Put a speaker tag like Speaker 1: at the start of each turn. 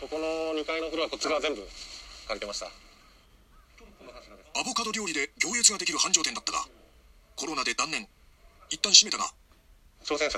Speaker 1: ここの2階のフロアこっち側全部借りてました
Speaker 2: アボカド料理で行列ができる繁盛店だったがコロナで断念一旦閉めたが
Speaker 1: 挑戦者